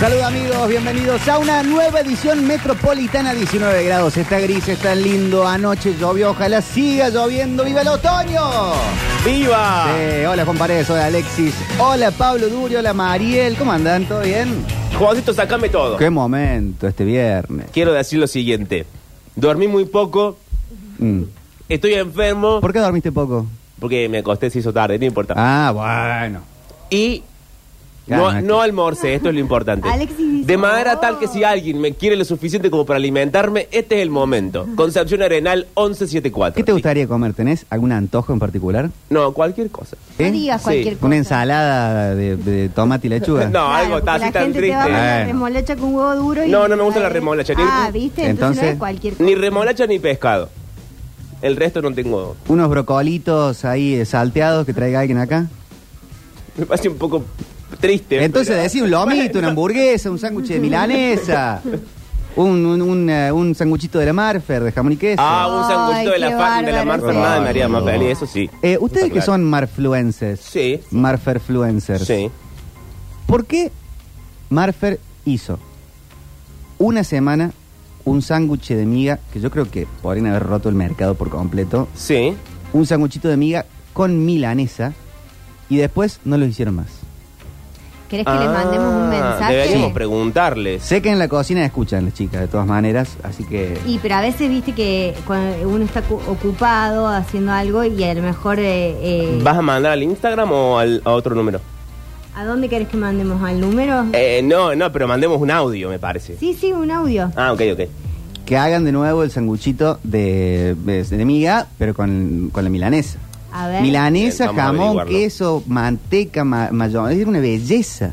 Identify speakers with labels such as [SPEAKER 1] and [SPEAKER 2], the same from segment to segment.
[SPEAKER 1] Saludos amigos, bienvenidos a una nueva edición metropolitana 19 grados. Está gris, está lindo, anoche llovió, ojalá siga lloviendo. ¡Viva el otoño!
[SPEAKER 2] ¡Viva!
[SPEAKER 1] Eh, hola compares, hola Alexis, hola Pablo Durio, hola Mariel, ¿cómo andan? ¿Todo bien?
[SPEAKER 2] Juancito, sacame todo.
[SPEAKER 1] Qué momento este viernes.
[SPEAKER 2] Quiero decir lo siguiente. Dormí muy poco,
[SPEAKER 1] Mm.
[SPEAKER 2] estoy enfermo,
[SPEAKER 1] ¿Por qué dormiste poco?
[SPEAKER 2] porque me acosté, se hizo tarde, no importa.
[SPEAKER 1] Ah, bueno.
[SPEAKER 2] Y
[SPEAKER 1] Ya,
[SPEAKER 2] no,
[SPEAKER 1] no es
[SPEAKER 2] no
[SPEAKER 1] que-
[SPEAKER 2] almorcé, esto es lo importante.
[SPEAKER 3] Alexis dice,
[SPEAKER 2] de manera
[SPEAKER 3] "Oh".
[SPEAKER 2] tal que si alguien me quiere lo suficiente como para alimentarme, este es el momento. Concepción Arenal 1174.
[SPEAKER 1] ¿Qué te gustaría comer? ¿Tenés algún antojo en particular?
[SPEAKER 2] No, cualquier cosa.
[SPEAKER 3] No
[SPEAKER 1] ¿Eh?
[SPEAKER 3] digas
[SPEAKER 2] Sí,
[SPEAKER 3] cualquier cosa.
[SPEAKER 1] ¿Una ensalada de, de tomate y lechuga?
[SPEAKER 2] No,
[SPEAKER 3] Claro,
[SPEAKER 2] algo
[SPEAKER 3] porque
[SPEAKER 2] está así
[SPEAKER 3] la
[SPEAKER 2] tan
[SPEAKER 3] gente te va a
[SPEAKER 2] triste. Eh.
[SPEAKER 3] poner
[SPEAKER 1] Bueno.
[SPEAKER 3] remolacha con huevo duro y...
[SPEAKER 2] No, no me gusta la remolacha.
[SPEAKER 3] Ah, ¿viste? Entonces, no
[SPEAKER 1] Entonces,
[SPEAKER 3] es cualquier cosa.
[SPEAKER 2] Ni remolacha ni pescado. El resto no tengo.
[SPEAKER 1] Unos brocolitos ahí eh, salteados que traiga alguien acá.
[SPEAKER 2] Me parece un poco triste.
[SPEAKER 1] Entonces
[SPEAKER 2] pero-
[SPEAKER 1] decís un lomito, una hamburguesa, un sándwich de milanesa, un, un, un, eh, un sanguchito de la Marfer, de jamón y queso.
[SPEAKER 2] Ah, un
[SPEAKER 3] Ay,
[SPEAKER 2] sanguchito de la,
[SPEAKER 3] qué
[SPEAKER 2] fa- de la
[SPEAKER 3] bárbaro.
[SPEAKER 2] Mar Fernández, María más feliz, eso sí.
[SPEAKER 1] Eh, Ustedes
[SPEAKER 2] Está
[SPEAKER 1] que
[SPEAKER 2] claro.
[SPEAKER 1] son marfluencers,
[SPEAKER 2] Sí.
[SPEAKER 1] marferfluencers,
[SPEAKER 2] Sí.
[SPEAKER 1] ¿por qué Marfer hizo una semana un sándwich de miga, que yo creo que podrían haber roto el mercado por completo,
[SPEAKER 2] Sí.
[SPEAKER 1] un sanguchito de miga con milanesa, y después no lo hicieron más?
[SPEAKER 3] ¿Querés que le mandemos un
[SPEAKER 2] Ah, Deberíamos
[SPEAKER 3] mensaje?
[SPEAKER 2] preguntarles.
[SPEAKER 1] Sé que en la cocina escuchan las chicas, de todas maneras, así que...
[SPEAKER 3] Y pero a veces viste que cuando uno está cu- ocupado haciendo algo y a lo mejor... eh, eh,
[SPEAKER 2] ¿Vas a mandar al Instagram o al, a otro número?
[SPEAKER 3] ¿A dónde querés que mandemos? ¿Al número?
[SPEAKER 2] Eh, no, no, pero mandemos un audio, me parece.
[SPEAKER 3] Sí, sí, un audio.
[SPEAKER 2] Ah, ok, ok.
[SPEAKER 1] Que hagan de nuevo el sanguchito de, de, de miga, pero con, con la milanesa.
[SPEAKER 3] A ver.
[SPEAKER 1] Milanesa,
[SPEAKER 2] Bien, Eh, vamos a
[SPEAKER 1] jamón,
[SPEAKER 2] averiguarlo.
[SPEAKER 1] queso, manteca, ma- mayonesa. Es una belleza.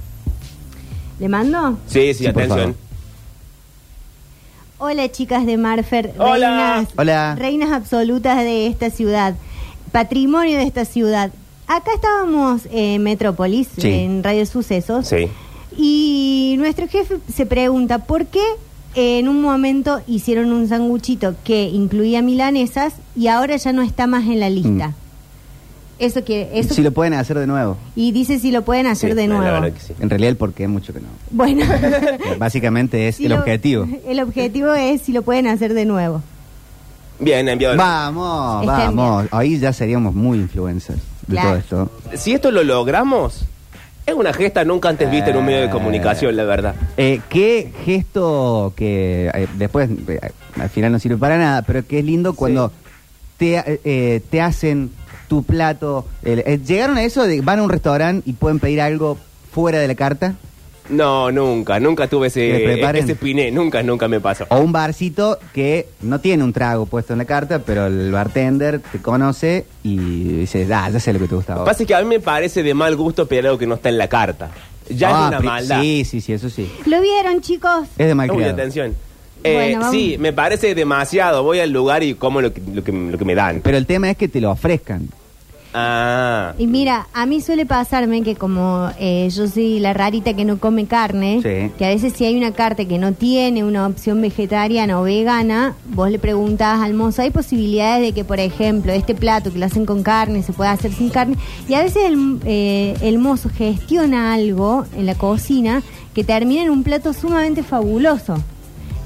[SPEAKER 3] ¿Le mando?
[SPEAKER 2] Sí, sí,
[SPEAKER 1] Sí, por
[SPEAKER 2] atención.
[SPEAKER 1] favor.
[SPEAKER 3] Hola chicas de Marfer,
[SPEAKER 2] Hola.
[SPEAKER 3] reinas,
[SPEAKER 1] Hola.
[SPEAKER 3] reinas absolutas de esta ciudad, patrimonio de esta ciudad. Acá estábamos en Metrópolis,
[SPEAKER 1] Sí.
[SPEAKER 3] en Radio Sucesos,
[SPEAKER 2] Sí.
[SPEAKER 3] y nuestro jefe se pregunta por qué eh, en un momento hicieron un sanguchito que incluía milanesas y ahora ya no está más en la lista.
[SPEAKER 1] Mm.
[SPEAKER 3] Eso que eso
[SPEAKER 1] Si lo pueden hacer de nuevo.
[SPEAKER 3] y dice si lo pueden hacer
[SPEAKER 2] Sí,
[SPEAKER 3] de
[SPEAKER 2] la
[SPEAKER 3] nuevo.
[SPEAKER 2] verdad que sí.
[SPEAKER 1] En realidad el porqué mucho que no.
[SPEAKER 3] Bueno,
[SPEAKER 1] Básicamente es
[SPEAKER 3] si
[SPEAKER 1] el
[SPEAKER 3] lo-
[SPEAKER 1] objetivo.
[SPEAKER 3] El objetivo es si lo pueden hacer de nuevo.
[SPEAKER 2] Bien, enviado.
[SPEAKER 1] Vamos,
[SPEAKER 3] Está bien.
[SPEAKER 1] vamos. Ahí ya seríamos muy influencers de
[SPEAKER 3] Este Claro.
[SPEAKER 1] todo esto.
[SPEAKER 2] Si esto lo logramos, es una gesta nunca antes vista en un medio de comunicación, la verdad.
[SPEAKER 1] Eh, qué gesto que eh, después eh, al final no sirve para nada, pero que es lindo cuando te, eh, eh, te hacen tu plato. El- eh, ¿Llegaron a eso? De, ¿Van a un restaurante y pueden pedir algo fuera de la carta?
[SPEAKER 2] No, nunca, nunca tuve
[SPEAKER 1] Que
[SPEAKER 2] ese,
[SPEAKER 1] preparen.
[SPEAKER 2] ese piné, nunca, nunca me pasó.
[SPEAKER 1] O un barcito que no tiene un trago puesto en la carta, pero el bartender te conoce y dice, ah, ya sé lo que te gusta. a
[SPEAKER 2] Lo
[SPEAKER 1] vos".
[SPEAKER 2] que Pasa es que a mí me parece de mal gusto pedir algo que no está en la carta. Ya
[SPEAKER 1] Ah,
[SPEAKER 2] es una
[SPEAKER 1] pri-
[SPEAKER 2] maldad.
[SPEAKER 1] Sí, sí, sí, eso sí.
[SPEAKER 3] ¿Lo vieron, chicos?
[SPEAKER 1] Es de mal
[SPEAKER 2] Uy,
[SPEAKER 1] criado.
[SPEAKER 2] atención. Eh,
[SPEAKER 3] Bueno, vamos.
[SPEAKER 2] sí, me parece demasiado. Voy al lugar y como lo que, lo que, lo que me dan.
[SPEAKER 1] Pero el tema es que te lo ofrezcan.
[SPEAKER 2] Ah.
[SPEAKER 3] Y mira, a mí suele pasarme que como eh, yo soy la rarita que no come carne,
[SPEAKER 1] Sí.
[SPEAKER 3] que a veces si hay una carta que no tiene una opción vegetariana o vegana, vos le preguntás al mozo, ¿hay posibilidades de que, por ejemplo, este plato que lo hacen con carne se pueda hacer sin carne? Y a veces el, eh, el mozo gestiona algo en la cocina que termina en un plato sumamente fabuloso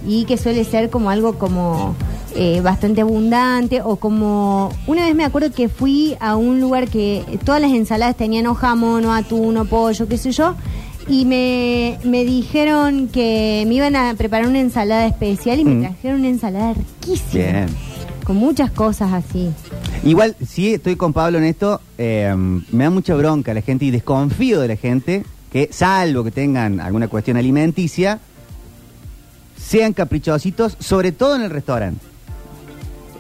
[SPEAKER 3] y que suele ser como algo como eh, bastante abundante o como una vez me acuerdo que fui a un lugar que todas las ensaladas tenían o jamón o atún o pollo, qué sé yo, y me, me dijeron que me iban a preparar una ensalada especial y me
[SPEAKER 1] Mm.
[SPEAKER 3] trajeron una ensalada riquísima.
[SPEAKER 1] Bien.
[SPEAKER 3] Con muchas cosas así.
[SPEAKER 1] Igual, sí, estoy con Pablo en esto. eh, me da mucha bronca la gente y desconfío de la gente que, salvo que tengan alguna cuestión alimenticia, sean caprichositos, sobre todo en el restaurante.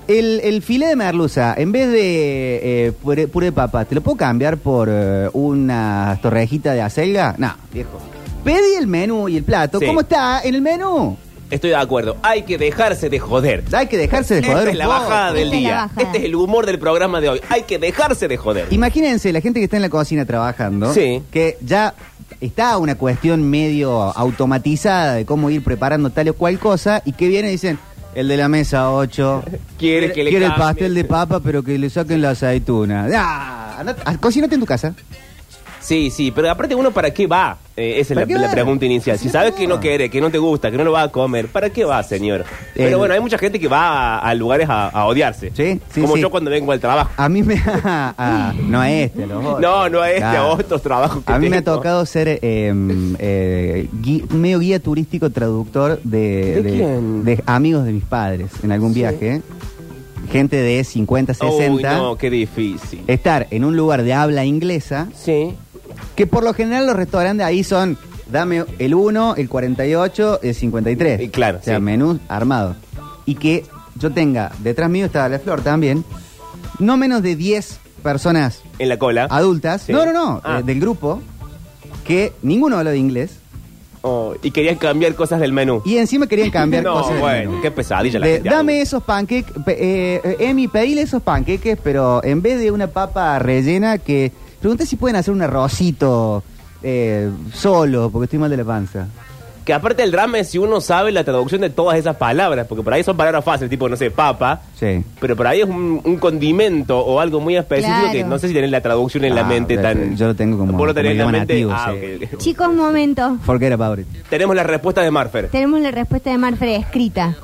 [SPEAKER 1] El, el filé de merluza, en vez de eh, puré, puré de papa, ¿te lo puedo cambiar por eh, una torrejita de acelga? No, viejo. Pedí el menú y el plato.
[SPEAKER 2] Sí.
[SPEAKER 1] ¿Cómo está en el menú?
[SPEAKER 2] Estoy de acuerdo. Hay que dejarse de joder.
[SPEAKER 1] Hay que dejarse de joder
[SPEAKER 2] Esta Este es
[SPEAKER 1] un
[SPEAKER 2] la
[SPEAKER 1] poco.
[SPEAKER 2] bajada del
[SPEAKER 3] Esta es la
[SPEAKER 2] día.
[SPEAKER 3] bajada.
[SPEAKER 2] Este es el humor del programa de hoy. Hay que dejarse de joder.
[SPEAKER 1] Imagínense la gente que está en la cocina trabajando,
[SPEAKER 2] Sí.
[SPEAKER 1] que ya está una cuestión medio automatizada de cómo ir preparando tal o cual cosa y que viene y dicen, el de la mesa 8
[SPEAKER 2] Quiere que le
[SPEAKER 1] el
[SPEAKER 2] cambie".
[SPEAKER 1] pastel de papa pero que le saquen la aceituna. ¡Ah! Andá- a- cocinate en tu casa.
[SPEAKER 2] Sí, sí, pero aparte uno para qué va, Eh, esa es
[SPEAKER 1] ¿Para
[SPEAKER 2] la,
[SPEAKER 1] qué
[SPEAKER 2] la
[SPEAKER 1] va?
[SPEAKER 2] pregunta inicial. Si sabes que no quiere, que no te gusta, que no lo va a comer, ¿para qué va, señor? Pero
[SPEAKER 1] El-
[SPEAKER 2] bueno, hay mucha gente que va a, a lugares a, a odiarse.
[SPEAKER 1] Sí, sí,
[SPEAKER 2] Como
[SPEAKER 1] sí.
[SPEAKER 2] yo cuando vengo al trabajo.
[SPEAKER 1] A mí me ha... a- no a este, a los otros.
[SPEAKER 2] No, no a este,
[SPEAKER 1] Claro.
[SPEAKER 2] a otros trabajos que
[SPEAKER 1] A mí me ha
[SPEAKER 2] tengo.
[SPEAKER 1] tocado ser eh, em, eh, gui- medio guía turístico traductor de,
[SPEAKER 2] ¿De quién?
[SPEAKER 1] de amigos de mis padres en algún
[SPEAKER 2] Sí.
[SPEAKER 1] viaje. Gente de 50, 60.
[SPEAKER 2] Uy, no, qué difícil.
[SPEAKER 1] Estar en un lugar de habla inglesa,
[SPEAKER 2] Sí.
[SPEAKER 1] que por lo general los restaurantes ahí son, dame el 1, el 48, el 53.
[SPEAKER 2] Y claro,
[SPEAKER 1] O sea,
[SPEAKER 2] sí.
[SPEAKER 1] menú armado. Y que yo tenga, detrás mío está la flor también, no menos de 10 personas
[SPEAKER 2] En la cola.
[SPEAKER 1] adultas.
[SPEAKER 2] ¿Ah? Sí.
[SPEAKER 1] No, no, no,
[SPEAKER 2] Ah.
[SPEAKER 1] eh, del grupo, que ninguno habla de inglés
[SPEAKER 2] Oh, y querían cambiar cosas del menú.
[SPEAKER 1] y encima querían cambiar
[SPEAKER 2] no,
[SPEAKER 1] cosas. del
[SPEAKER 2] bueno,
[SPEAKER 1] menú.
[SPEAKER 2] qué pesadilla la
[SPEAKER 1] De,
[SPEAKER 2] gente.
[SPEAKER 1] dame esos panqueques, eh, eh, Emi, pedile esos panqueques, pero en vez de una papa rellena, que pregunté si pueden hacer un arrocito eh, solo, porque estoy mal de la panza.
[SPEAKER 2] Que aparte el drama es si uno sabe la traducción de todas esas palabras, porque por ahí son palabras fáciles, tipo, no sé, papa.
[SPEAKER 1] Sí.
[SPEAKER 2] Pero por ahí es un, un condimento o algo muy específico
[SPEAKER 3] Claro.
[SPEAKER 2] que no sé si tenés la traducción en la
[SPEAKER 1] Ah,
[SPEAKER 2] mente
[SPEAKER 1] pero
[SPEAKER 2] tan.
[SPEAKER 1] yo lo tengo como-
[SPEAKER 2] Vos lo tenés
[SPEAKER 1] como
[SPEAKER 2] en la
[SPEAKER 1] idioma
[SPEAKER 2] mente.
[SPEAKER 1] nativo,
[SPEAKER 2] ah,
[SPEAKER 1] sí.
[SPEAKER 2] ok, ok.
[SPEAKER 3] Chicos, momento.
[SPEAKER 1] Forget about it.
[SPEAKER 2] Tenemos la respuesta de Marfer.
[SPEAKER 3] Tenemos la respuesta de Marfred escrita.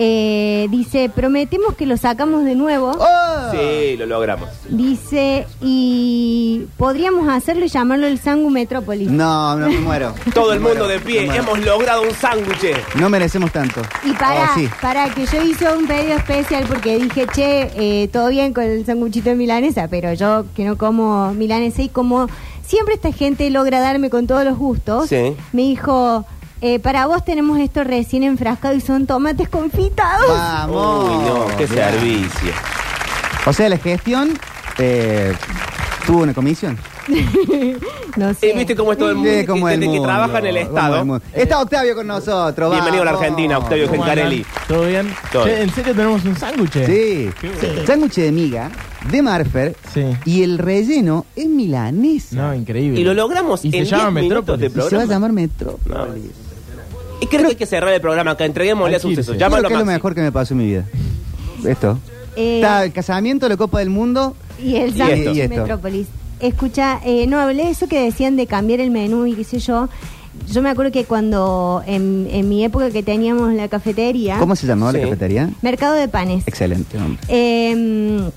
[SPEAKER 3] Eh, dice, prometemos que lo sacamos de nuevo.
[SPEAKER 1] ¡Oh!
[SPEAKER 2] Sí, lo logramos.
[SPEAKER 3] Dice, y podríamos hacerlo y llamarlo el Sangu Metrópolis.
[SPEAKER 1] No, no me muero.
[SPEAKER 2] Todo el
[SPEAKER 1] Me muero,
[SPEAKER 2] mundo de pie,
[SPEAKER 1] me muero.
[SPEAKER 2] hemos logrado un sándwich.
[SPEAKER 1] No merecemos tanto.
[SPEAKER 3] Y para,
[SPEAKER 1] Oh, sí.
[SPEAKER 3] para que yo hice un pedido especial porque dije, che, eh, todo bien con el sanguchito de milanesa, pero yo que no como milanesa y como siempre esta gente logra darme con todos los gustos,
[SPEAKER 2] Sí.
[SPEAKER 3] me dijo, eh, para vos tenemos esto recién enfrascado y son tomates confitados.
[SPEAKER 1] Ah. Vamos.
[SPEAKER 2] Uy, no, qué
[SPEAKER 1] Bien.
[SPEAKER 2] servicio.
[SPEAKER 1] O sea, la gestión eh, tuvo una comisión.
[SPEAKER 3] No
[SPEAKER 2] Eh,
[SPEAKER 3] sé.
[SPEAKER 2] ¿Viste cómo es todo el mundo?
[SPEAKER 1] Sí, como el
[SPEAKER 2] Desde que
[SPEAKER 1] mundo,
[SPEAKER 2] trabaja en el
[SPEAKER 1] como
[SPEAKER 2] Estado.
[SPEAKER 1] el mundo. Está Octavio con nosotros.
[SPEAKER 2] Bienvenido a la
[SPEAKER 1] vamos.
[SPEAKER 2] Argentina, Octavio
[SPEAKER 4] ¿Cómo andan?
[SPEAKER 2] Gencarelli.
[SPEAKER 4] ¿Todo bien?
[SPEAKER 2] Todo
[SPEAKER 4] Che,
[SPEAKER 2] bien.
[SPEAKER 4] ¿En serio tenemos un sándwich?
[SPEAKER 1] Sí.
[SPEAKER 4] Qué bueno.
[SPEAKER 1] Sándwich de miga, de Marfer,
[SPEAKER 4] Sí.
[SPEAKER 1] y el relleno es milanesa.
[SPEAKER 4] No, increíble.
[SPEAKER 2] Y lo logramos
[SPEAKER 4] Y se
[SPEAKER 2] en
[SPEAKER 4] llama
[SPEAKER 2] 10 minutos de
[SPEAKER 4] Metrópolis.
[SPEAKER 1] Y se va a
[SPEAKER 2] programa.
[SPEAKER 1] llamar Metrópolis.
[SPEAKER 2] Y creo que hay que cerrar el programa acá. Entreguémosle a
[SPEAKER 4] Al quince.
[SPEAKER 2] suceso.
[SPEAKER 1] Creo
[SPEAKER 2] Llámalo
[SPEAKER 1] que es lo
[SPEAKER 2] Maxi.
[SPEAKER 1] mejor que me pasó en mi vida. Esto.
[SPEAKER 3] Eh,
[SPEAKER 1] Está el casamiento, la Copa del Mundo.
[SPEAKER 3] Y el
[SPEAKER 2] Y
[SPEAKER 3] sándwich
[SPEAKER 2] esto.
[SPEAKER 1] Y
[SPEAKER 3] de
[SPEAKER 1] esto.
[SPEAKER 3] Metrópolis. Escucha, eh, no hablé eso que decían de cambiar el menú y qué sé yo. Yo me acuerdo que cuando en, en mi época que teníamos la cafetería,
[SPEAKER 1] ¿Cómo se llamaba
[SPEAKER 2] Sí.
[SPEAKER 1] la cafetería?
[SPEAKER 3] mercado de panes.
[SPEAKER 1] Excelente. hombre.
[SPEAKER 3] Eh,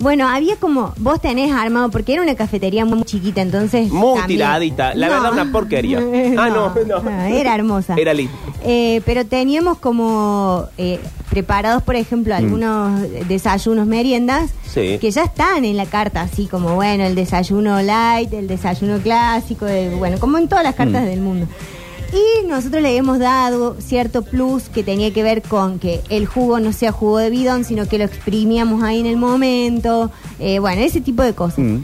[SPEAKER 3] bueno, había como, vos tenés armado, porque era una cafetería muy chiquita, entonces...
[SPEAKER 2] Muy
[SPEAKER 3] también-
[SPEAKER 2] tiradita. La verdad, una porquería. Ah, no, no.
[SPEAKER 3] Era hermosa.
[SPEAKER 2] Era linda.
[SPEAKER 3] Eh, pero teníamos como eh, preparados, por ejemplo, algunos desayunos, meriendas,
[SPEAKER 2] Mm. Sí.
[SPEAKER 3] que ya están en la carta, así como, bueno, el desayuno light, el desayuno clásico, el- bueno, como en
[SPEAKER 2] Mm.
[SPEAKER 3] todas las cartas del mundo. Y nosotros le hemos dado cierto plus que tenía que ver con que el jugo no sea jugo de bidón, sino que lo exprimíamos ahí en el momento, eh, bueno, ese tipo de cosas.
[SPEAKER 1] Mm.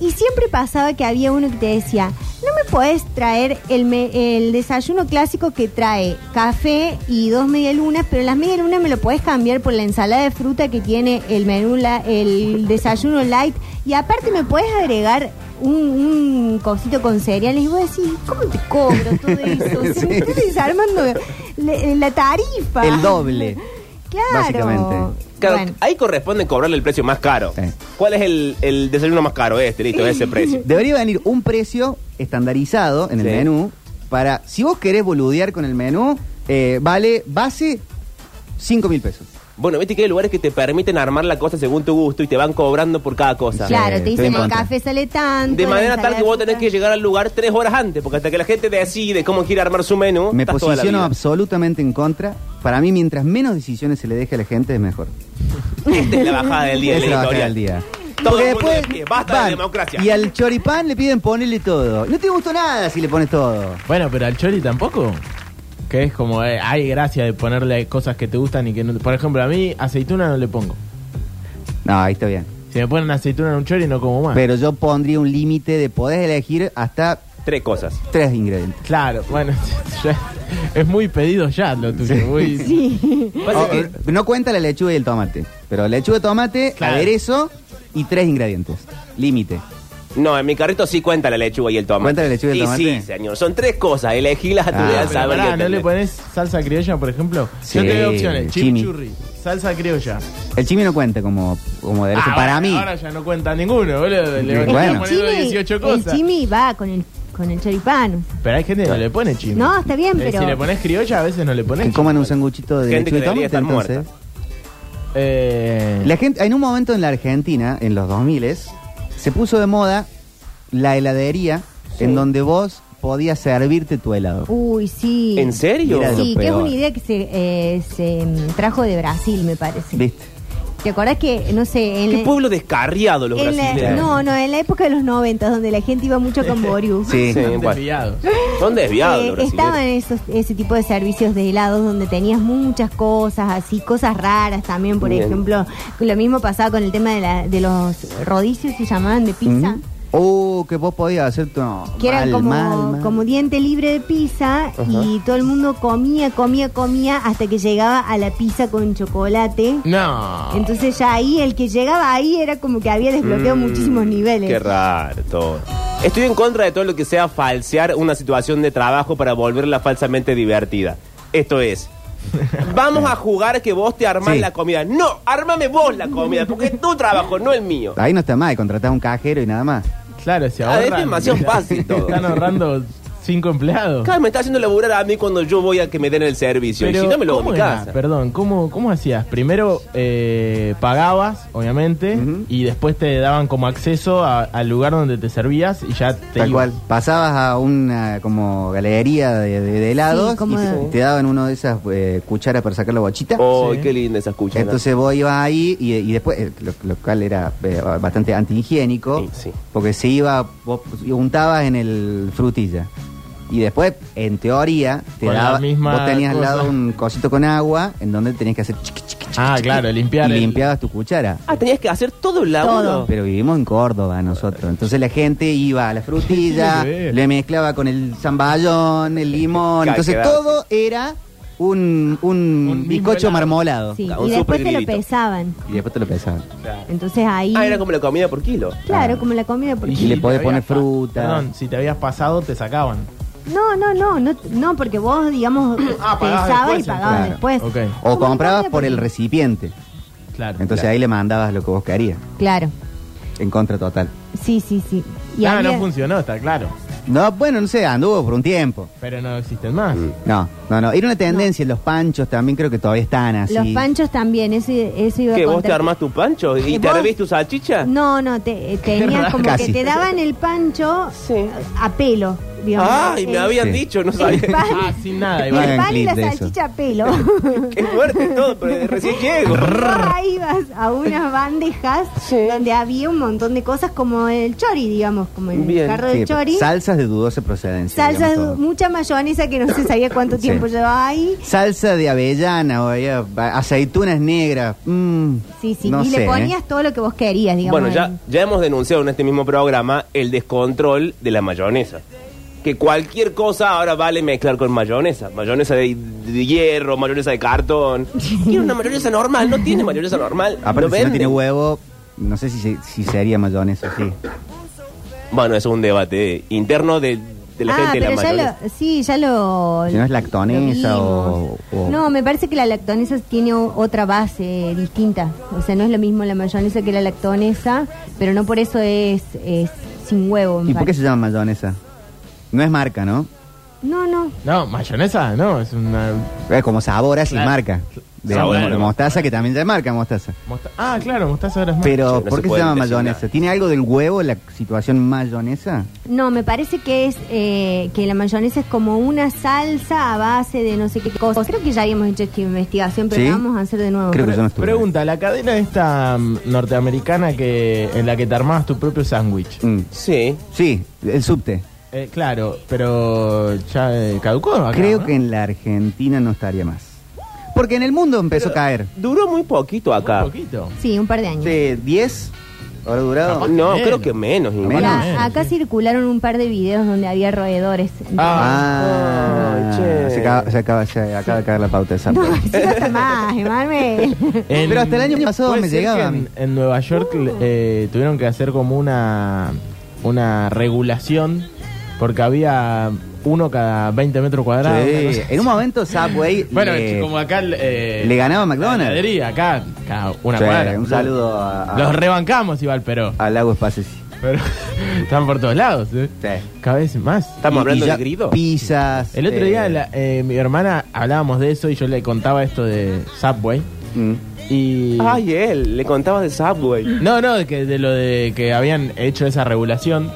[SPEAKER 3] Y siempre pasaba que había uno que te decía, no me podés traer el, me- el desayuno clásico que trae café y dos medialunas, pero las medialunas me lo podés cambiar por la ensalada de fruta que tiene el menú, la- el desayuno light. Y aparte me podés agregar un, un cosito con cereales. Y vos decís, ¿cómo te cobro todo eso? Se me
[SPEAKER 1] Sí.
[SPEAKER 3] está desarmando le- eh, la tarifa.
[SPEAKER 1] El doble,
[SPEAKER 3] Claro.
[SPEAKER 1] básicamente.
[SPEAKER 2] Claro,
[SPEAKER 3] Bueno.
[SPEAKER 2] ahí corresponde cobrarle el precio más caro.
[SPEAKER 1] Sí.
[SPEAKER 2] ¿Cuál es el, el desayuno más caro? Este, listo, ese precio.
[SPEAKER 1] Debería venir un precio estandarizado en el
[SPEAKER 2] Sí.
[SPEAKER 1] menú para, si vos querés boludear con el menú, eh, vale base 5 mil pesos.
[SPEAKER 2] Bueno, viste que hay lugares que te permiten armar la cosa según tu gusto y te van cobrando por cada cosa.
[SPEAKER 3] Claro,
[SPEAKER 1] Sí, estoy
[SPEAKER 3] te
[SPEAKER 1] en
[SPEAKER 3] dicen el
[SPEAKER 1] contra.
[SPEAKER 3] café sale tanto.
[SPEAKER 2] De
[SPEAKER 3] la
[SPEAKER 2] manera tal
[SPEAKER 3] ensalada
[SPEAKER 2] que vos
[SPEAKER 3] de
[SPEAKER 2] tenés
[SPEAKER 3] fruta-
[SPEAKER 2] que llegar al lugar tres horas antes, porque hasta que la gente decide cómo quiere armar su menú,
[SPEAKER 1] Me
[SPEAKER 2] estás toda la
[SPEAKER 1] posiciono
[SPEAKER 2] vida.
[SPEAKER 1] absolutamente en contra. Para mí, mientras menos decisiones se le deje a la gente, es mejor.
[SPEAKER 2] Esta es la bajada Ah, del día.
[SPEAKER 1] Esa
[SPEAKER 2] de
[SPEAKER 1] es la
[SPEAKER 2] la
[SPEAKER 1] bajada
[SPEAKER 2] historia.
[SPEAKER 1] del día.
[SPEAKER 2] Todo el mundo de pie. Basta de
[SPEAKER 1] van,
[SPEAKER 2] democracia.
[SPEAKER 1] Y al choripán le piden ponerle todo. No te gustó nada si le pones todo.
[SPEAKER 4] Bueno, pero al chori tampoco. Que es como, eh, hay gracia de ponerle cosas que te gustan y que no. Por ejemplo, a mí aceituna no le pongo.
[SPEAKER 1] No, ahí está bien.
[SPEAKER 4] Si me ponen aceituna en un chori no como más.
[SPEAKER 1] Pero yo pondría un límite de podés elegir hasta
[SPEAKER 2] Tres cosas.
[SPEAKER 1] tres ingredientes.
[SPEAKER 4] Claro, bueno, ya- es muy pedido ya lo tuyo. muy-
[SPEAKER 2] Pasa
[SPEAKER 1] O-
[SPEAKER 2] que-
[SPEAKER 1] Ah, eh, No cuenta la lechuga y el tomate. Pero lechuga, tomate,
[SPEAKER 4] Claro.
[SPEAKER 1] aderezo y tres ingredientes. Límite.
[SPEAKER 2] No, en mi carrito sí cuenta la lechuga y el tomate.
[SPEAKER 1] ¿Cuenta la lechuga y el tomate?
[SPEAKER 2] Sí, señor. Son tres cosas. Elegilas a tu
[SPEAKER 1] Ah,
[SPEAKER 2] edad,
[SPEAKER 1] pero
[SPEAKER 2] saber qué
[SPEAKER 4] pará, ¿no le
[SPEAKER 2] tener.
[SPEAKER 4] pones salsa criolla, por ejemplo?
[SPEAKER 1] Sí,
[SPEAKER 4] Yo te doy opciones. Chip
[SPEAKER 1] chimi.
[SPEAKER 4] churri, salsa criolla.
[SPEAKER 1] El chimi no cuenta como, como aderezo
[SPEAKER 4] Ah,
[SPEAKER 1] para
[SPEAKER 4] ahora-
[SPEAKER 1] mí.
[SPEAKER 4] Ahora ya no cuenta ninguno, boludo. Le
[SPEAKER 1] Sí,
[SPEAKER 4] van
[SPEAKER 1] bueno.
[SPEAKER 4] a poner 18
[SPEAKER 3] el
[SPEAKER 4] cosas.
[SPEAKER 3] chimi va con el, con el choripán.
[SPEAKER 4] Pero hay gente que no le pone chimi.
[SPEAKER 3] No, está bien,
[SPEAKER 4] Eh,
[SPEAKER 3] pero-
[SPEAKER 4] Si le pones criolla, a veces no le
[SPEAKER 1] Que
[SPEAKER 4] pones chimi.
[SPEAKER 1] coman un sanguchito de
[SPEAKER 2] Gente
[SPEAKER 1] lechuga y
[SPEAKER 2] que debería
[SPEAKER 1] tomate,
[SPEAKER 2] estar muerta.
[SPEAKER 1] entonces.
[SPEAKER 4] Eh,
[SPEAKER 1] La gente, en un momento en la Argentina, en los 2000, se puso de moda la heladería en donde vos podías servirte tu helado.
[SPEAKER 3] Uy, sí.
[SPEAKER 2] ¿En serio?
[SPEAKER 1] Mira,
[SPEAKER 3] Sí,
[SPEAKER 1] Lo
[SPEAKER 3] que es
[SPEAKER 1] peor.
[SPEAKER 3] una idea que se, eh, se, mm, trajo de Brasil, me parece.
[SPEAKER 1] ¿Viste?
[SPEAKER 3] ¿Te acordás que, no sé, en
[SPEAKER 2] Qué
[SPEAKER 3] la-
[SPEAKER 2] pueblo descarriado los
[SPEAKER 3] en la-
[SPEAKER 2] brasileños.
[SPEAKER 3] no, no, en la época de los 90, donde la gente iba mucho con Boriu.
[SPEAKER 1] Sí.
[SPEAKER 2] Sí.
[SPEAKER 4] están
[SPEAKER 2] bueno.
[SPEAKER 4] desviados.
[SPEAKER 2] Son desviados
[SPEAKER 3] Eh,
[SPEAKER 2] los brasileños.
[SPEAKER 3] estaban esos, ese tipo de servicios de helados donde tenías muchas cosas así, cosas raras también, por
[SPEAKER 2] Bien.
[SPEAKER 3] ejemplo. Lo mismo pasaba con el tema de, la- de los rodicios, se llamaban de pizza.
[SPEAKER 1] Ujú. Oh, que vos podías hacer tu. no,
[SPEAKER 3] Que
[SPEAKER 1] mal,
[SPEAKER 3] eran como,
[SPEAKER 1] mal, mal.
[SPEAKER 3] como diente libre de pizza y todo el mundo comía, comía, comía hasta que llegaba a la pizza con chocolate.
[SPEAKER 4] No.
[SPEAKER 3] Entonces ya ahí, el que llegaba ahí era como que había desbloqueado
[SPEAKER 2] Mm,
[SPEAKER 3] muchísimos niveles.
[SPEAKER 2] Qué raro todo. Estoy en contra de todo lo que sea falsear una situación de trabajo para volverla falsamente divertida. Esto es. Vamos a jugar que vos te armás
[SPEAKER 1] Sí.
[SPEAKER 2] la comida. No, ármame vos la comida, porque es tu trabajo, no el mío.
[SPEAKER 1] Ahí no está mal, contratás un cajero y nada más.
[SPEAKER 4] Claro, se
[SPEAKER 2] Ah,
[SPEAKER 4] ahorran.
[SPEAKER 2] es demasiado fácil todo.
[SPEAKER 4] Están ahorrando cinco empleados.
[SPEAKER 2] Claro, me está haciendo laburar a mí cuando yo voy a que me den el servicio. y si no, me lo hago
[SPEAKER 4] ¿cómo
[SPEAKER 2] en mi
[SPEAKER 4] era?
[SPEAKER 2] casa.
[SPEAKER 4] Perdón, ¿cómo, cómo hacías? Primero eh, pagabas, obviamente,
[SPEAKER 1] Ujú.
[SPEAKER 4] y después te daban como acceso a- al lugar donde te servías y ya te
[SPEAKER 1] Tal
[SPEAKER 4] ibas.
[SPEAKER 1] cual. Pasabas a una como galería de, de- de helados
[SPEAKER 3] Sí, como
[SPEAKER 1] y te,
[SPEAKER 3] de-
[SPEAKER 1] te daban uno de esas eh, cucharas para sacar la bochita.
[SPEAKER 2] Ay,
[SPEAKER 4] Sí.
[SPEAKER 2] qué linda esa escucha.
[SPEAKER 1] Entonces vos ibas ahí y, y después, eh, lo, lo cual era eh, bastante antihigiénico,
[SPEAKER 2] Sí, sí.
[SPEAKER 1] porque se iba, vos untabas en el frutilla. Y después, en teoría, te
[SPEAKER 4] Con la
[SPEAKER 1] daba,
[SPEAKER 4] misma
[SPEAKER 1] vos tenías al lado
[SPEAKER 4] cosa.
[SPEAKER 1] un cosito con agua en donde tenías que hacer chiqui, chiqui, chiqui,
[SPEAKER 4] Ah, claro, limpiar.
[SPEAKER 1] y
[SPEAKER 4] el-
[SPEAKER 1] limpiabas tu cuchara.
[SPEAKER 2] Ah, tenías que hacer todo el laburo.
[SPEAKER 1] Pero vivimos en Córdoba nosotros. Entonces la gente iba a la frutilla,
[SPEAKER 4] Tiene que ver.
[SPEAKER 1] le mezclaba con el zamballón, el limón.
[SPEAKER 2] Claro,
[SPEAKER 1] Entonces
[SPEAKER 2] quedaba
[SPEAKER 1] todo era un, un
[SPEAKER 4] mismo
[SPEAKER 1] bizcocho
[SPEAKER 4] helado.
[SPEAKER 1] marmolado.
[SPEAKER 3] Sí,
[SPEAKER 2] Un
[SPEAKER 3] y después te lo
[SPEAKER 2] supergrillito.
[SPEAKER 3] pesaban.
[SPEAKER 1] Y después te lo pesaban.
[SPEAKER 3] Entonces ahí,
[SPEAKER 2] Ah, era como la comida por kilo.
[SPEAKER 3] claro, como la comida por
[SPEAKER 1] Y le
[SPEAKER 4] te
[SPEAKER 1] podés
[SPEAKER 4] habías
[SPEAKER 1] poner
[SPEAKER 4] pa-
[SPEAKER 1] fruta.
[SPEAKER 4] Perdón, si te habías pasado, te sacaban.
[SPEAKER 3] No, no, no, no, no, porque vos, digamos,
[SPEAKER 4] Ah, pagabas
[SPEAKER 3] pensabas y
[SPEAKER 4] después,
[SPEAKER 3] pagabas
[SPEAKER 1] claro.
[SPEAKER 3] después.
[SPEAKER 4] Ok.
[SPEAKER 1] O
[SPEAKER 3] Como la
[SPEAKER 1] comprabas
[SPEAKER 3] comida
[SPEAKER 1] por el recipiente.
[SPEAKER 4] Claro.
[SPEAKER 1] Entonces ahí le mandabas lo que vos querías.
[SPEAKER 3] Claro,
[SPEAKER 1] En contra total.
[SPEAKER 3] sí, sí, sí. Y
[SPEAKER 4] ah,
[SPEAKER 3] había-
[SPEAKER 4] no funcionó, está claro.
[SPEAKER 1] No, bueno, no sé, anduvo por un tiempo.
[SPEAKER 4] Pero no existen más.
[SPEAKER 1] No, no, no. Era una tendencia. Los panchos también creo que todavía están así.
[SPEAKER 3] los panchos también, eso, eso iba
[SPEAKER 2] ¿Qué,
[SPEAKER 3] a
[SPEAKER 2] vos te
[SPEAKER 3] contar.
[SPEAKER 2] armás tu pancho y
[SPEAKER 3] ¿Y
[SPEAKER 2] te
[SPEAKER 3] vos?
[SPEAKER 2] hervís tu salchicha?
[SPEAKER 3] No, no, te, eh, tenías
[SPEAKER 4] raro.
[SPEAKER 3] como
[SPEAKER 1] Casi.
[SPEAKER 3] que te daban el pancho
[SPEAKER 2] Sí.
[SPEAKER 3] a pelo, digamos.
[SPEAKER 2] Ay, me
[SPEAKER 3] El-
[SPEAKER 2] habían
[SPEAKER 1] Sí.
[SPEAKER 2] dicho, no
[SPEAKER 3] el
[SPEAKER 2] sabía.
[SPEAKER 3] pan,
[SPEAKER 4] Ah, sin nada,
[SPEAKER 1] Iván.
[SPEAKER 4] Iván.
[SPEAKER 3] el pan y la
[SPEAKER 1] Clip de eso.
[SPEAKER 3] salchicha a pelo.
[SPEAKER 2] Qué fuerte todo, pero recién llego.
[SPEAKER 3] Vos ahí ibas a unas bandejas donde había un montón de cosas como el chori, digamos, como el
[SPEAKER 2] Bien.
[SPEAKER 3] carro
[SPEAKER 1] Sí,
[SPEAKER 3] del chori.
[SPEAKER 1] salsas de dudosa procedencia.
[SPEAKER 3] Salsa,
[SPEAKER 1] digamos todo.
[SPEAKER 3] mucha mayonesa que no se sabía cuánto
[SPEAKER 1] Sí.
[SPEAKER 3] tiempo llevaba ahí.
[SPEAKER 1] Salsa de avellana, o eh, aceitunas negras. mm,
[SPEAKER 3] Sí, sí,
[SPEAKER 1] no
[SPEAKER 3] y
[SPEAKER 1] sé,
[SPEAKER 3] le ponías
[SPEAKER 1] ¿eh?
[SPEAKER 3] todo lo que vos querías, digamos.
[SPEAKER 2] Bueno, ya,
[SPEAKER 3] ahí.
[SPEAKER 2] ya hemos denunciado en este mismo programa el descontrol de la mayonesa. Que cualquier cosa ahora vale mezclar con mayonesa. Mayonesa de, de hierro, mayonesa de cartón. Tiene una mayonesa normal, no tiene mayonesa normal.
[SPEAKER 1] Aparte,
[SPEAKER 2] Lo
[SPEAKER 1] si no
[SPEAKER 2] venden.
[SPEAKER 1] tiene huevo, no sé si, se- si sería mayonesa, sí.
[SPEAKER 2] Bueno, eso es un debate interno de, de la
[SPEAKER 3] ah,
[SPEAKER 2] gente de la
[SPEAKER 3] pero ya
[SPEAKER 2] mayonesa.
[SPEAKER 3] lo, sí, ya lo.
[SPEAKER 1] Si no es lactonesa
[SPEAKER 3] lo vimos.
[SPEAKER 1] o- o-
[SPEAKER 3] No, me parece que la lactonesa tiene o- otra base distinta. O sea, no es lo mismo la mayonesa que la lactonesa, pero no por eso es, es sin huevo. me
[SPEAKER 1] ¿Y por qué
[SPEAKER 3] parece.
[SPEAKER 1] se llama mayonesa? No es marca, ¿no?
[SPEAKER 3] No, no.
[SPEAKER 4] No, mayonesa, no, es una.
[SPEAKER 1] Es como sabor así,
[SPEAKER 4] Claro.
[SPEAKER 1] marca. De,
[SPEAKER 2] Sabor,
[SPEAKER 1] de
[SPEAKER 2] bueno.
[SPEAKER 1] mostaza, que también ya es marca mostaza.
[SPEAKER 4] mosta- Ah, claro, mostaza ahora es más.
[SPEAKER 1] Pero,
[SPEAKER 2] Sí,
[SPEAKER 1] ¿por
[SPEAKER 2] no
[SPEAKER 1] qué
[SPEAKER 2] se
[SPEAKER 1] se
[SPEAKER 2] puede
[SPEAKER 1] llama
[SPEAKER 2] decir
[SPEAKER 1] mayonesa?
[SPEAKER 2] nada.
[SPEAKER 1] ¿Tiene algo del huevo la situación mayonesa?
[SPEAKER 3] No, me parece que es eh, que la mayonesa es como una salsa a base de no sé qué cosa. Creo que ya habíamos hecho esta investigación, pero
[SPEAKER 1] ¿Sí?
[SPEAKER 3] la vamos a hacer de nuevo.
[SPEAKER 1] Creo que yo no estuve.
[SPEAKER 4] Pregunta, la cadena esta mm, norteamericana que en la que te armabas tu propio sándwich.
[SPEAKER 1] Mm,
[SPEAKER 2] Sí.
[SPEAKER 1] Sí, el subte.
[SPEAKER 4] Eh, claro, pero ya eh, caducó. acá,
[SPEAKER 1] Creo
[SPEAKER 4] ¿no?
[SPEAKER 1] que en la Argentina no estaría más. Porque en el mundo empezó a caer.
[SPEAKER 2] Duró muy poquito acá.
[SPEAKER 4] Un poquito.
[SPEAKER 3] Sí, un par de años.
[SPEAKER 1] ¿De 10? ¿Habrá durado?
[SPEAKER 4] Capaz.
[SPEAKER 2] No,
[SPEAKER 4] Menos.
[SPEAKER 2] creo que menos. incluso.
[SPEAKER 1] Menos.
[SPEAKER 3] Mira,
[SPEAKER 4] Bueno,
[SPEAKER 3] acá
[SPEAKER 4] sí.
[SPEAKER 3] circularon un par de videos donde había roedores.
[SPEAKER 1] Ah,
[SPEAKER 2] Ay, che.
[SPEAKER 1] se acaba, se acaba, se acaba de caer la pauta esa.
[SPEAKER 3] No, eso no está más, Emanuel.
[SPEAKER 4] En-
[SPEAKER 1] Pero hasta el año pasado
[SPEAKER 4] puede
[SPEAKER 1] me
[SPEAKER 4] ser
[SPEAKER 1] llegaba
[SPEAKER 4] que
[SPEAKER 1] a mí.
[SPEAKER 4] En, en Nueva York eh, tuvieron que hacer como una una regulación porque había uno cada 20 metros cuadrados.
[SPEAKER 1] Sí,
[SPEAKER 4] una cosa
[SPEAKER 1] En un momento Subway
[SPEAKER 4] Bueno,
[SPEAKER 1] le,
[SPEAKER 4] como acá eh,
[SPEAKER 1] le ganaba a McDonald's.
[SPEAKER 4] la heladería, acá, acá una
[SPEAKER 1] Sí,
[SPEAKER 4] cuadra.
[SPEAKER 1] un saludo a, Ah. a-
[SPEAKER 4] Los rebancamos igual, pero,
[SPEAKER 1] a Lago Espaces.
[SPEAKER 4] pero están por todos lados. ¿eh?
[SPEAKER 1] Sí.
[SPEAKER 4] Cada vez más.
[SPEAKER 2] Estamos
[SPEAKER 1] Y-
[SPEAKER 2] hablando
[SPEAKER 1] y ya
[SPEAKER 2] de grido.
[SPEAKER 1] Pizzas.
[SPEAKER 4] El otro
[SPEAKER 1] eh,
[SPEAKER 4] día la- eh, mi hermana hablábamos de eso y yo le contaba esto de Subway
[SPEAKER 1] mm.
[SPEAKER 4] y
[SPEAKER 2] Ay, él, le contabas de Subway.
[SPEAKER 4] no no de que de lo de que habían hecho esa regulación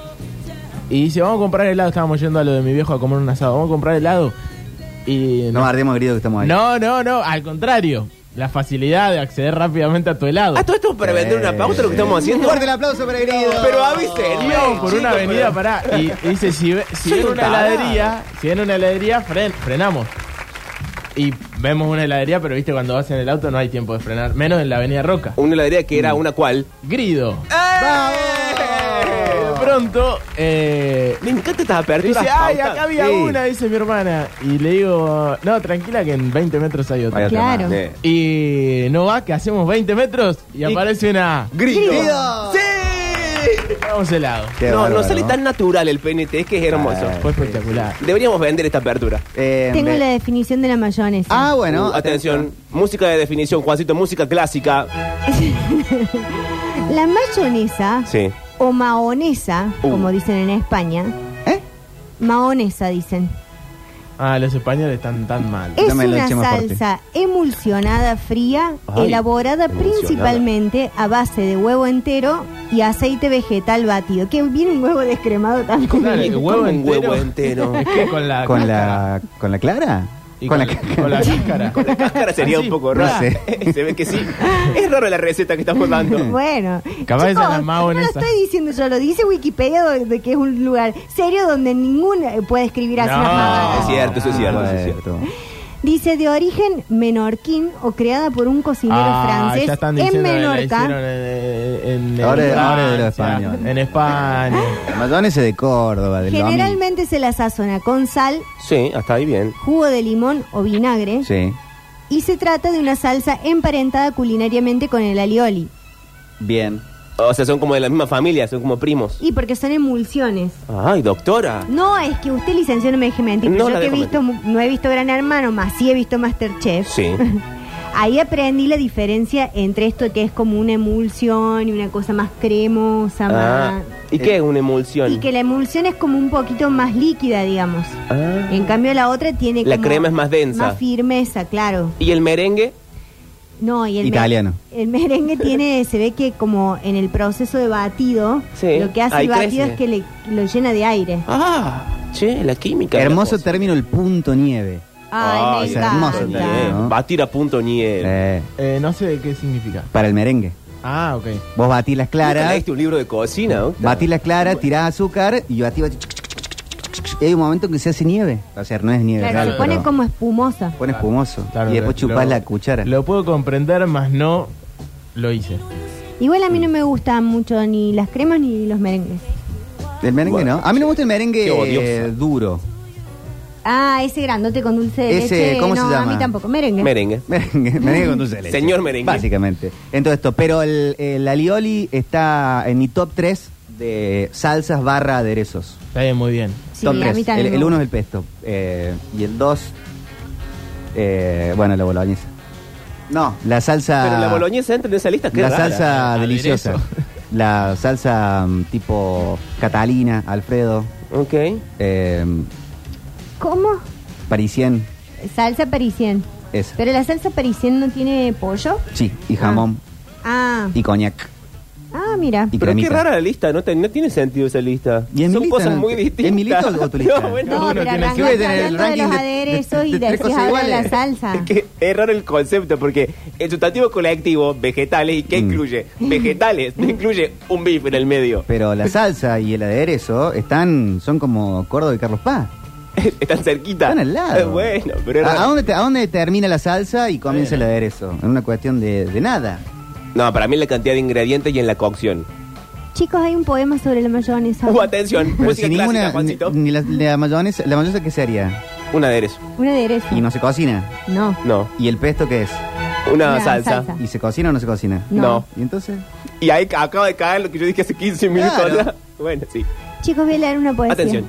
[SPEAKER 4] y dice vamos a comprar helado estábamos yendo a lo de mi viejo a comer un asado vamos a comprar helado y
[SPEAKER 1] No ardemos grido que estamos ahí.
[SPEAKER 4] no no no, al contrario la facilidad de acceder rápidamente a tu helado
[SPEAKER 2] Ah, todo esto para vender una pauta lo que estamos haciendo.
[SPEAKER 1] Eh, Fuerte el aplauso para Grido.
[SPEAKER 2] Pero ah, avisen,
[SPEAKER 4] Íbamos por una avenida pará y y dice si ve- si
[SPEAKER 2] Soy
[SPEAKER 4] ven
[SPEAKER 2] un
[SPEAKER 4] una
[SPEAKER 2] tarado.
[SPEAKER 4] heladería si ven una heladería fren- frenamos y vemos una heladería pero viste cuando vas en el auto no hay tiempo de frenar menos en la avenida Roca
[SPEAKER 2] Una heladería que era una cual.
[SPEAKER 4] Grido
[SPEAKER 1] ¡Vamos!
[SPEAKER 4] de pronto eh,
[SPEAKER 2] Me encanta estas aperturas.
[SPEAKER 4] dice ay
[SPEAKER 2] pautas.
[SPEAKER 4] acá había
[SPEAKER 1] Sí.
[SPEAKER 4] una dice mi hermana y le digo no tranquila que en 20 metros hay otra
[SPEAKER 1] Hay otra más.
[SPEAKER 3] Claro.
[SPEAKER 1] Sí.
[SPEAKER 4] y no va que hacemos 20 metros y aparece una
[SPEAKER 1] Grido.
[SPEAKER 2] ¡Sí!
[SPEAKER 4] vamos helado
[SPEAKER 1] Qué
[SPEAKER 2] no,
[SPEAKER 1] bárbaro.
[SPEAKER 2] no Ah. sale tan natural el PNT, es que es hermoso.
[SPEAKER 1] Ay.
[SPEAKER 4] fue espectacular
[SPEAKER 2] Deberíamos vender esta apertura.
[SPEAKER 1] Eh,
[SPEAKER 3] Tengo
[SPEAKER 1] me-
[SPEAKER 3] la definición de la mayonesa.
[SPEAKER 1] Ah, bueno.
[SPEAKER 2] Uh, atención. música de definición, Juancito, música clásica.
[SPEAKER 3] La mayonesa
[SPEAKER 2] Sí.
[SPEAKER 3] o mahonesa,
[SPEAKER 2] Uh.
[SPEAKER 3] como dicen en España,
[SPEAKER 1] ¿Eh?
[SPEAKER 3] mahonesa dicen.
[SPEAKER 4] ah los españoles están tan mal
[SPEAKER 1] Eh.
[SPEAKER 3] Es
[SPEAKER 1] Dame la
[SPEAKER 3] una
[SPEAKER 1] leche más fuerte.
[SPEAKER 3] salsa emulsionada fría,
[SPEAKER 2] Ay,
[SPEAKER 3] elaborada
[SPEAKER 2] emulsionada.
[SPEAKER 3] principalmente a base de huevo entero y aceite vegetal batido. Que viene un huevo descremado también.
[SPEAKER 4] Claro, el huevo
[SPEAKER 2] Un
[SPEAKER 4] entero.
[SPEAKER 2] huevo entero.
[SPEAKER 4] Es que con
[SPEAKER 2] Ah,
[SPEAKER 4] la
[SPEAKER 1] ¿Con
[SPEAKER 4] cáscara.
[SPEAKER 1] la, ¿Con la clara?
[SPEAKER 4] Y con, la,
[SPEAKER 1] ca-
[SPEAKER 4] con la cáscara.
[SPEAKER 2] Con la cáscara sería
[SPEAKER 4] Así,
[SPEAKER 2] un poco
[SPEAKER 4] Ah, no
[SPEAKER 2] raro. Se ve que sí. Es raro la receta que estamos dando.
[SPEAKER 3] Bueno,
[SPEAKER 4] Capaz esa era
[SPEAKER 3] chicos, no lo
[SPEAKER 4] mahonesa.
[SPEAKER 3] estoy diciendo yo, lo dice Wikipedia de- de que es un lugar serio donde ninguno eh, puede escribir así
[SPEAKER 4] No.
[SPEAKER 1] Ah,
[SPEAKER 3] una pavada.
[SPEAKER 2] Ah, Es cierto, eso es cierto, eso es cierto.
[SPEAKER 3] Dice de origen menorquín o creada por un cocinero
[SPEAKER 4] Ah,
[SPEAKER 3] francés
[SPEAKER 4] ya están
[SPEAKER 3] en
[SPEAKER 4] diciendo que la
[SPEAKER 3] Menorca.
[SPEAKER 4] hicieron en, en, en
[SPEAKER 1] Ahora-
[SPEAKER 4] en
[SPEAKER 1] ahora de los
[SPEAKER 4] Francia,
[SPEAKER 1] españoles.
[SPEAKER 4] En España.
[SPEAKER 1] La mayonesa de Córdoba, del Lomi.
[SPEAKER 3] Generalmente se la sazona con sal,
[SPEAKER 2] Sí, hasta ahí bien.
[SPEAKER 3] jugo de limón o vinagre
[SPEAKER 1] Sí.
[SPEAKER 3] y se trata de una salsa emparentada culinariamente con el alioli.
[SPEAKER 1] Bien.
[SPEAKER 2] O sea, son como de la misma familia, son como primos.
[SPEAKER 3] Y porque son emulsiones.
[SPEAKER 2] Ay, doctora.
[SPEAKER 3] No, es que usted licenció no me deje mentir.
[SPEAKER 2] No
[SPEAKER 3] pero
[SPEAKER 2] la
[SPEAKER 3] yo que he
[SPEAKER 2] dejo
[SPEAKER 3] visto, mu- no he visto Gran Hermano, más sí he visto Masterchef.
[SPEAKER 2] Sí.
[SPEAKER 3] Ahí aprendí la diferencia entre esto que es como una emulsión y una cosa más cremosa,
[SPEAKER 2] Ah,
[SPEAKER 3] más...
[SPEAKER 2] ¿Y qué es una emulsión?
[SPEAKER 3] Y que la emulsión es como un poquito más líquida, digamos.
[SPEAKER 2] Ah.
[SPEAKER 3] En cambio la otra tiene
[SPEAKER 2] La
[SPEAKER 3] como
[SPEAKER 2] crema es más densa.
[SPEAKER 3] Más firmeza, claro.
[SPEAKER 2] ¿Y el merengue?
[SPEAKER 3] No, y el me-
[SPEAKER 1] Italiano.
[SPEAKER 3] el merengue tiene, se ve que como en el proceso de batido,
[SPEAKER 2] Sí,
[SPEAKER 3] lo que hace
[SPEAKER 2] ahí
[SPEAKER 3] el batido
[SPEAKER 2] crece.
[SPEAKER 3] es que le, lo llena de aire.
[SPEAKER 2] Ah, che, la química. de la
[SPEAKER 1] Hermoso
[SPEAKER 2] cosa.
[SPEAKER 1] término el punto nieve.
[SPEAKER 2] Ah,
[SPEAKER 3] Ay,
[SPEAKER 1] es
[SPEAKER 3] me
[SPEAKER 1] hermoso
[SPEAKER 3] encanta.
[SPEAKER 1] también, ¿no?
[SPEAKER 2] Batir a eh. punto nieve.
[SPEAKER 1] Eh,
[SPEAKER 4] Eh, no sé qué significa.
[SPEAKER 1] para el merengue.
[SPEAKER 4] Ah, ok.
[SPEAKER 1] Vos batís las
[SPEAKER 2] Nunca
[SPEAKER 1] claras,
[SPEAKER 2] leíste un libro de cocina, ¿no?
[SPEAKER 1] batís las claras, tirás azúcar y batís... batís, chuc, chuc, chuc, chuc, chuc, y hay un momento en que se hace nieve. O sea, no es nieve.
[SPEAKER 3] Claro,
[SPEAKER 1] real,
[SPEAKER 3] se pone
[SPEAKER 1] pero
[SPEAKER 3] como espumosa.
[SPEAKER 1] Pone espumoso.
[SPEAKER 4] Claro,
[SPEAKER 1] y después
[SPEAKER 4] lo-
[SPEAKER 1] chupás
[SPEAKER 4] lo-
[SPEAKER 1] la cuchara.
[SPEAKER 4] Lo puedo comprender, más no lo hice.
[SPEAKER 3] Igual a mí no me gustan mucho ni las cremas ni los merengues.
[SPEAKER 1] ¿El merengue
[SPEAKER 2] Bueno,
[SPEAKER 1] no? A mí no me gusta el merengue
[SPEAKER 2] Qué odioso.
[SPEAKER 1] eh, duro.
[SPEAKER 3] Ah, ese grandote con dulce de
[SPEAKER 1] Ese,
[SPEAKER 3] leche.
[SPEAKER 1] ¿cómo
[SPEAKER 3] no,
[SPEAKER 1] se
[SPEAKER 3] a
[SPEAKER 1] llama?
[SPEAKER 3] mí tampoco. Merengue.
[SPEAKER 2] Merengue.
[SPEAKER 1] Merengue, merengue con dulce de leche.
[SPEAKER 2] Señor merengue.
[SPEAKER 1] Básicamente. En todo esto. Pero el, el alioli está en mi top 3 de salsas barra aderezos.
[SPEAKER 4] Está bien, muy bien.
[SPEAKER 3] sí,
[SPEAKER 1] top
[SPEAKER 3] a
[SPEAKER 1] 3.
[SPEAKER 3] mí también.
[SPEAKER 1] el,
[SPEAKER 3] me
[SPEAKER 1] 1 es
[SPEAKER 3] gusta.
[SPEAKER 1] el pesto. eh, y el 2, bueno, la boloñesa. No, la salsa...
[SPEAKER 2] Pero la boloñesa entra en esa lista, qué
[SPEAKER 1] Ah. La
[SPEAKER 2] rara.
[SPEAKER 1] salsa
[SPEAKER 4] Aderezo.
[SPEAKER 1] deliciosa. La salsa mm, tipo Catalina, Alfredo,
[SPEAKER 2] Ok.
[SPEAKER 1] eh,
[SPEAKER 3] ¿Cómo?
[SPEAKER 1] Parisien,
[SPEAKER 3] Salsa parisien.
[SPEAKER 1] esa.
[SPEAKER 3] Pero la salsa parisien no tiene pollo.
[SPEAKER 1] Sí, y jamón,
[SPEAKER 3] Ah,
[SPEAKER 1] y coñac.
[SPEAKER 3] ah, mira.
[SPEAKER 1] Y
[SPEAKER 2] Pero qué
[SPEAKER 1] cremita.
[SPEAKER 2] rara la lista, no, te- no tiene sentido esa lista.
[SPEAKER 1] ¿Y en mi
[SPEAKER 2] Son
[SPEAKER 1] lista
[SPEAKER 2] cosas
[SPEAKER 1] no?
[SPEAKER 2] muy
[SPEAKER 1] ¿En mi lista
[SPEAKER 2] distintas.
[SPEAKER 1] o- o tu lista?
[SPEAKER 2] No, bueno,
[SPEAKER 3] no,
[SPEAKER 4] uno
[SPEAKER 3] pero
[SPEAKER 4] tiene-
[SPEAKER 1] ¿Qué voy a
[SPEAKER 3] arrancaste
[SPEAKER 1] tener el
[SPEAKER 3] hablando de los
[SPEAKER 1] ranking de-
[SPEAKER 3] aderezos
[SPEAKER 1] de-
[SPEAKER 3] y
[SPEAKER 1] de tres
[SPEAKER 3] decís
[SPEAKER 1] cosas
[SPEAKER 3] ahora de la
[SPEAKER 1] iguales?
[SPEAKER 3] salsa.
[SPEAKER 2] Es que es raro el concepto porque el sustantivo colectivo, vegetales, ¿y qué
[SPEAKER 1] Mm.
[SPEAKER 2] incluye? Vegetales, no incluye un bife en el medio.
[SPEAKER 1] Pero la salsa y el aderezo están, son como Córdoba y Carlos Paz.
[SPEAKER 2] Están cerquita.
[SPEAKER 1] Están al lado.
[SPEAKER 2] Eh, Bueno, pero es
[SPEAKER 1] ¿A, a
[SPEAKER 2] raro.
[SPEAKER 1] dónde te- a dónde termina la salsa y comienza el aderezo? En una cuestión de, de nada.
[SPEAKER 2] No, para mí es la cantidad de ingredientes y en la cocción.
[SPEAKER 3] Chicos, hay un poema sobre la mayonesa.
[SPEAKER 2] Uh, atención,
[SPEAKER 1] Pero
[SPEAKER 2] música
[SPEAKER 1] sin
[SPEAKER 2] clásica,
[SPEAKER 1] ninguna. Ni,
[SPEAKER 2] Juancito.
[SPEAKER 1] ni la, la mayonesa, ¿La mayonesa qué sería?
[SPEAKER 2] Un aderezo.
[SPEAKER 3] Un aderezo.
[SPEAKER 1] Y no se cocina.
[SPEAKER 3] No.
[SPEAKER 2] No,
[SPEAKER 1] ¿Y el pesto qué es?
[SPEAKER 2] una
[SPEAKER 3] Una
[SPEAKER 2] salsa.
[SPEAKER 3] salsa.
[SPEAKER 1] ¿Y se cocina o no se cocina?
[SPEAKER 3] No.
[SPEAKER 2] No.
[SPEAKER 1] ¿Y entonces?
[SPEAKER 2] Y ahí ca- acaba de caer lo que yo dije hace 15 minutos.
[SPEAKER 1] Claro.
[SPEAKER 2] ¿verdad? Bueno, sí.
[SPEAKER 3] Chicos, voy a leer una poesía.
[SPEAKER 2] Atención.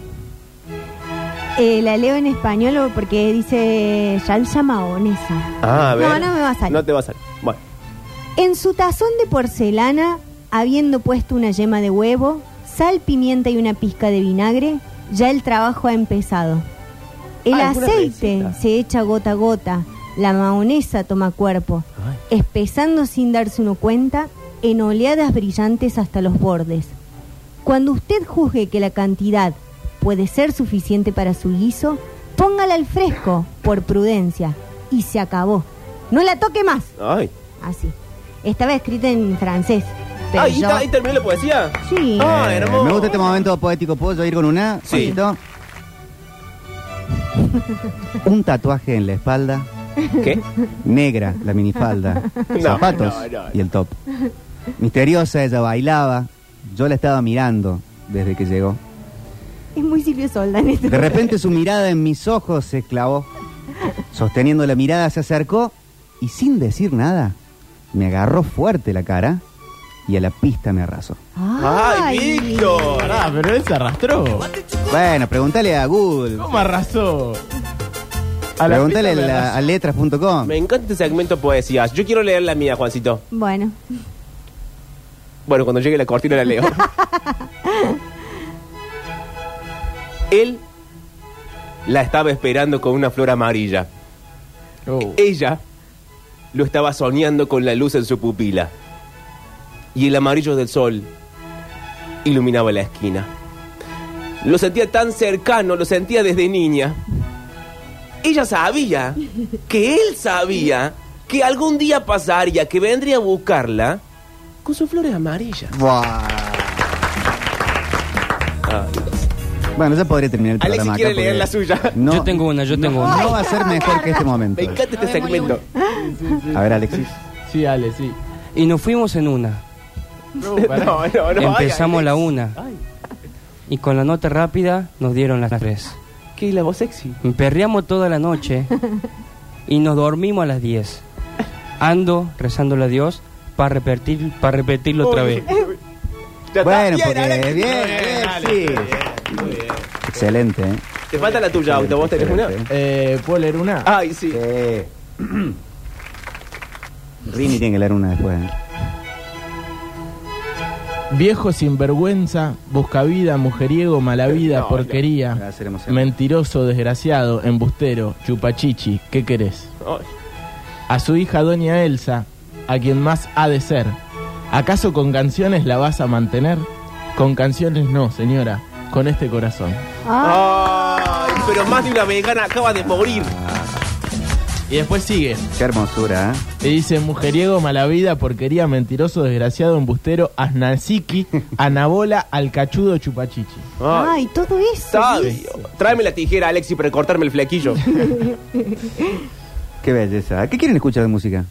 [SPEAKER 3] Eh, la leo en español porque dice salsa mahonesa.
[SPEAKER 2] Ah, a ver.
[SPEAKER 3] No, no me va a salir.
[SPEAKER 2] No te va a salir. Bueno.
[SPEAKER 3] En su tazón de porcelana, habiendo puesto una yema de huevo, sal, pimienta y una pizca de vinagre, ya el trabajo ha empezado. El
[SPEAKER 2] Ah, es una
[SPEAKER 3] aceite
[SPEAKER 2] receta.
[SPEAKER 3] se echa gota a gota, la mahonesa toma cuerpo, espesando sin darse uno cuenta, en oleadas brillantes hasta los bordes. Cuando usted juzgue que la cantidad puede ser suficiente para su guiso, póngala al fresco, por prudencia, y se acabó. No la toque más.
[SPEAKER 2] Ay.
[SPEAKER 3] Así. Estaba escrita en francés. Pero
[SPEAKER 2] Ah, ¿y
[SPEAKER 3] yo-
[SPEAKER 2] ta- ahí terminó la poesía.
[SPEAKER 3] Sí.
[SPEAKER 2] Ah,
[SPEAKER 1] Eh,
[SPEAKER 2] hermoso.
[SPEAKER 1] me gusta este momento poético. ¿Puedo yo ir con una?
[SPEAKER 2] Sí.
[SPEAKER 1] Juancito? Un tatuaje en la espalda,
[SPEAKER 2] ¿Qué?
[SPEAKER 1] negra la minifalda,
[SPEAKER 2] No,
[SPEAKER 1] zapatos
[SPEAKER 2] no, no, no.
[SPEAKER 1] y el top. Misteriosa ella bailaba, yo la estaba mirando desde que llegó.
[SPEAKER 3] Es muy Silvio Soldán esto.
[SPEAKER 1] De repente su mirada en mis ojos se clavó. Sosteniendo la mirada se acercó y sin decir nada me agarró fuerte la cara y a la pista me arrasó.
[SPEAKER 2] Ay, Víctor.
[SPEAKER 4] Oh, Pará, pero él se arrastró.
[SPEAKER 1] Bueno, pregúntale a Google.
[SPEAKER 4] ¿Cómo arrasó? A la
[SPEAKER 1] Pregúntale a,
[SPEAKER 4] pista me
[SPEAKER 1] la-
[SPEAKER 4] arrasó.
[SPEAKER 1] a letras.com.
[SPEAKER 2] Me encanta este segmento poesías. Yo quiero leer la mía, Juancito.
[SPEAKER 3] Bueno.
[SPEAKER 2] Bueno, cuando llegue la cortina la leo. Él la estaba esperando con una flor amarilla.
[SPEAKER 4] Oh.
[SPEAKER 2] Ella lo estaba soñando con la luz en su pupila. Y el amarillo del sol iluminaba la esquina. Lo sentía tan cercano, lo sentía desde niña. Ella sabía que él sabía que algún día pasaría, que vendría a buscarla con sus flores amarillas.
[SPEAKER 1] Buah.
[SPEAKER 2] Ah,
[SPEAKER 1] Bueno, ya podría terminar el
[SPEAKER 2] Alexis
[SPEAKER 1] programa. acá
[SPEAKER 2] quiere leer
[SPEAKER 1] porque
[SPEAKER 2] la suya.
[SPEAKER 1] No,
[SPEAKER 5] Yo tengo una, yo tengo
[SPEAKER 1] no
[SPEAKER 5] una.
[SPEAKER 1] va a ser mejor que este momento.
[SPEAKER 2] me encanta este segmento.
[SPEAKER 1] A ver, Alexis.
[SPEAKER 4] Sí, Ale, sí.
[SPEAKER 5] Y nos fuimos en una.
[SPEAKER 4] No, pará.
[SPEAKER 1] eh.
[SPEAKER 2] no,
[SPEAKER 5] Empezamos
[SPEAKER 2] ay,
[SPEAKER 5] la
[SPEAKER 2] Alexis.
[SPEAKER 5] una.
[SPEAKER 2] Ay,
[SPEAKER 5] Y con la nota rápida nos dieron las tres.
[SPEAKER 2] ¿Qué es la voz sexy?
[SPEAKER 5] Perreamos toda la noche y nos dormimos a las 10. Ando rezándole a Dios para repetir, para repetirlo otra vez.
[SPEAKER 2] Ya está.
[SPEAKER 1] Bueno,
[SPEAKER 2] Bien,
[SPEAKER 1] porque
[SPEAKER 2] Alexis.
[SPEAKER 1] bien, Alexis. Excelente, ¿eh?
[SPEAKER 2] Te falta la tuya, Octa. ¿Vos tenés una?
[SPEAKER 1] Excelente, ¿eh?
[SPEAKER 4] Eh, ¿Puedo leer una?
[SPEAKER 2] Ay, sí.
[SPEAKER 1] Eh, Rini tiene que leer una después. ¿eh?
[SPEAKER 4] Viejo sinvergüenza, buscavida, mujeriego, mala vida,
[SPEAKER 2] No,
[SPEAKER 4] porquería.
[SPEAKER 1] no, me va a hacer emoción.
[SPEAKER 4] mentiroso, desgraciado, embustero, chupachichi, ¿qué querés?
[SPEAKER 2] Ay.
[SPEAKER 4] A su hija Doña Elsa, a quien más ha de ser. ¿Acaso con canciones la vas a mantener? Con canciones no, señora, con este corazón.
[SPEAKER 3] Ah,
[SPEAKER 2] Ay, pero más de una vegana acaba de morir.
[SPEAKER 4] Y después sigue.
[SPEAKER 1] Qué hermosura, ¿eh?
[SPEAKER 4] Y dice, mujeriego, malavida, porquería, mentiroso, desgraciado, embustero, asnaziki, anabola, alcachudo, chupachichi.
[SPEAKER 3] Ay, todo eso.
[SPEAKER 2] Sabio.
[SPEAKER 3] ¿viste?
[SPEAKER 2] Tráeme la tijera, Alexi, para cortarme el flequillo.
[SPEAKER 1] Qué belleza. ¿Qué quieren escuchar de música?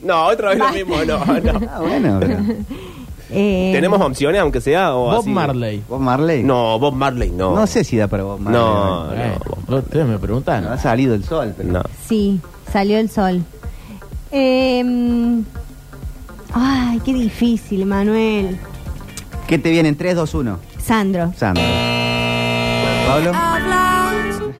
[SPEAKER 2] No, otra vez lo mismo, no, no.
[SPEAKER 1] Ah, bueno, pero.
[SPEAKER 3] Eh,
[SPEAKER 2] ¿Tenemos opciones, aunque sea? O
[SPEAKER 4] Bob
[SPEAKER 2] Oh, así?
[SPEAKER 4] Marley.
[SPEAKER 1] ¿Bob Marley?
[SPEAKER 2] No, Bob Marley, no.
[SPEAKER 1] No sé si da para Bob Marley.
[SPEAKER 2] Ah, No.
[SPEAKER 1] ¿eh?
[SPEAKER 4] Eh, ustedes me preguntan.
[SPEAKER 1] Bueno, ha salido el sol, pero.
[SPEAKER 2] No.
[SPEAKER 3] Eh, Sí, salió el sol. Eh, ay, qué difícil, Manuel.
[SPEAKER 1] ¿Qué te viene en 3, 2, 1?
[SPEAKER 3] Sandro.
[SPEAKER 1] Sandro. Pablo.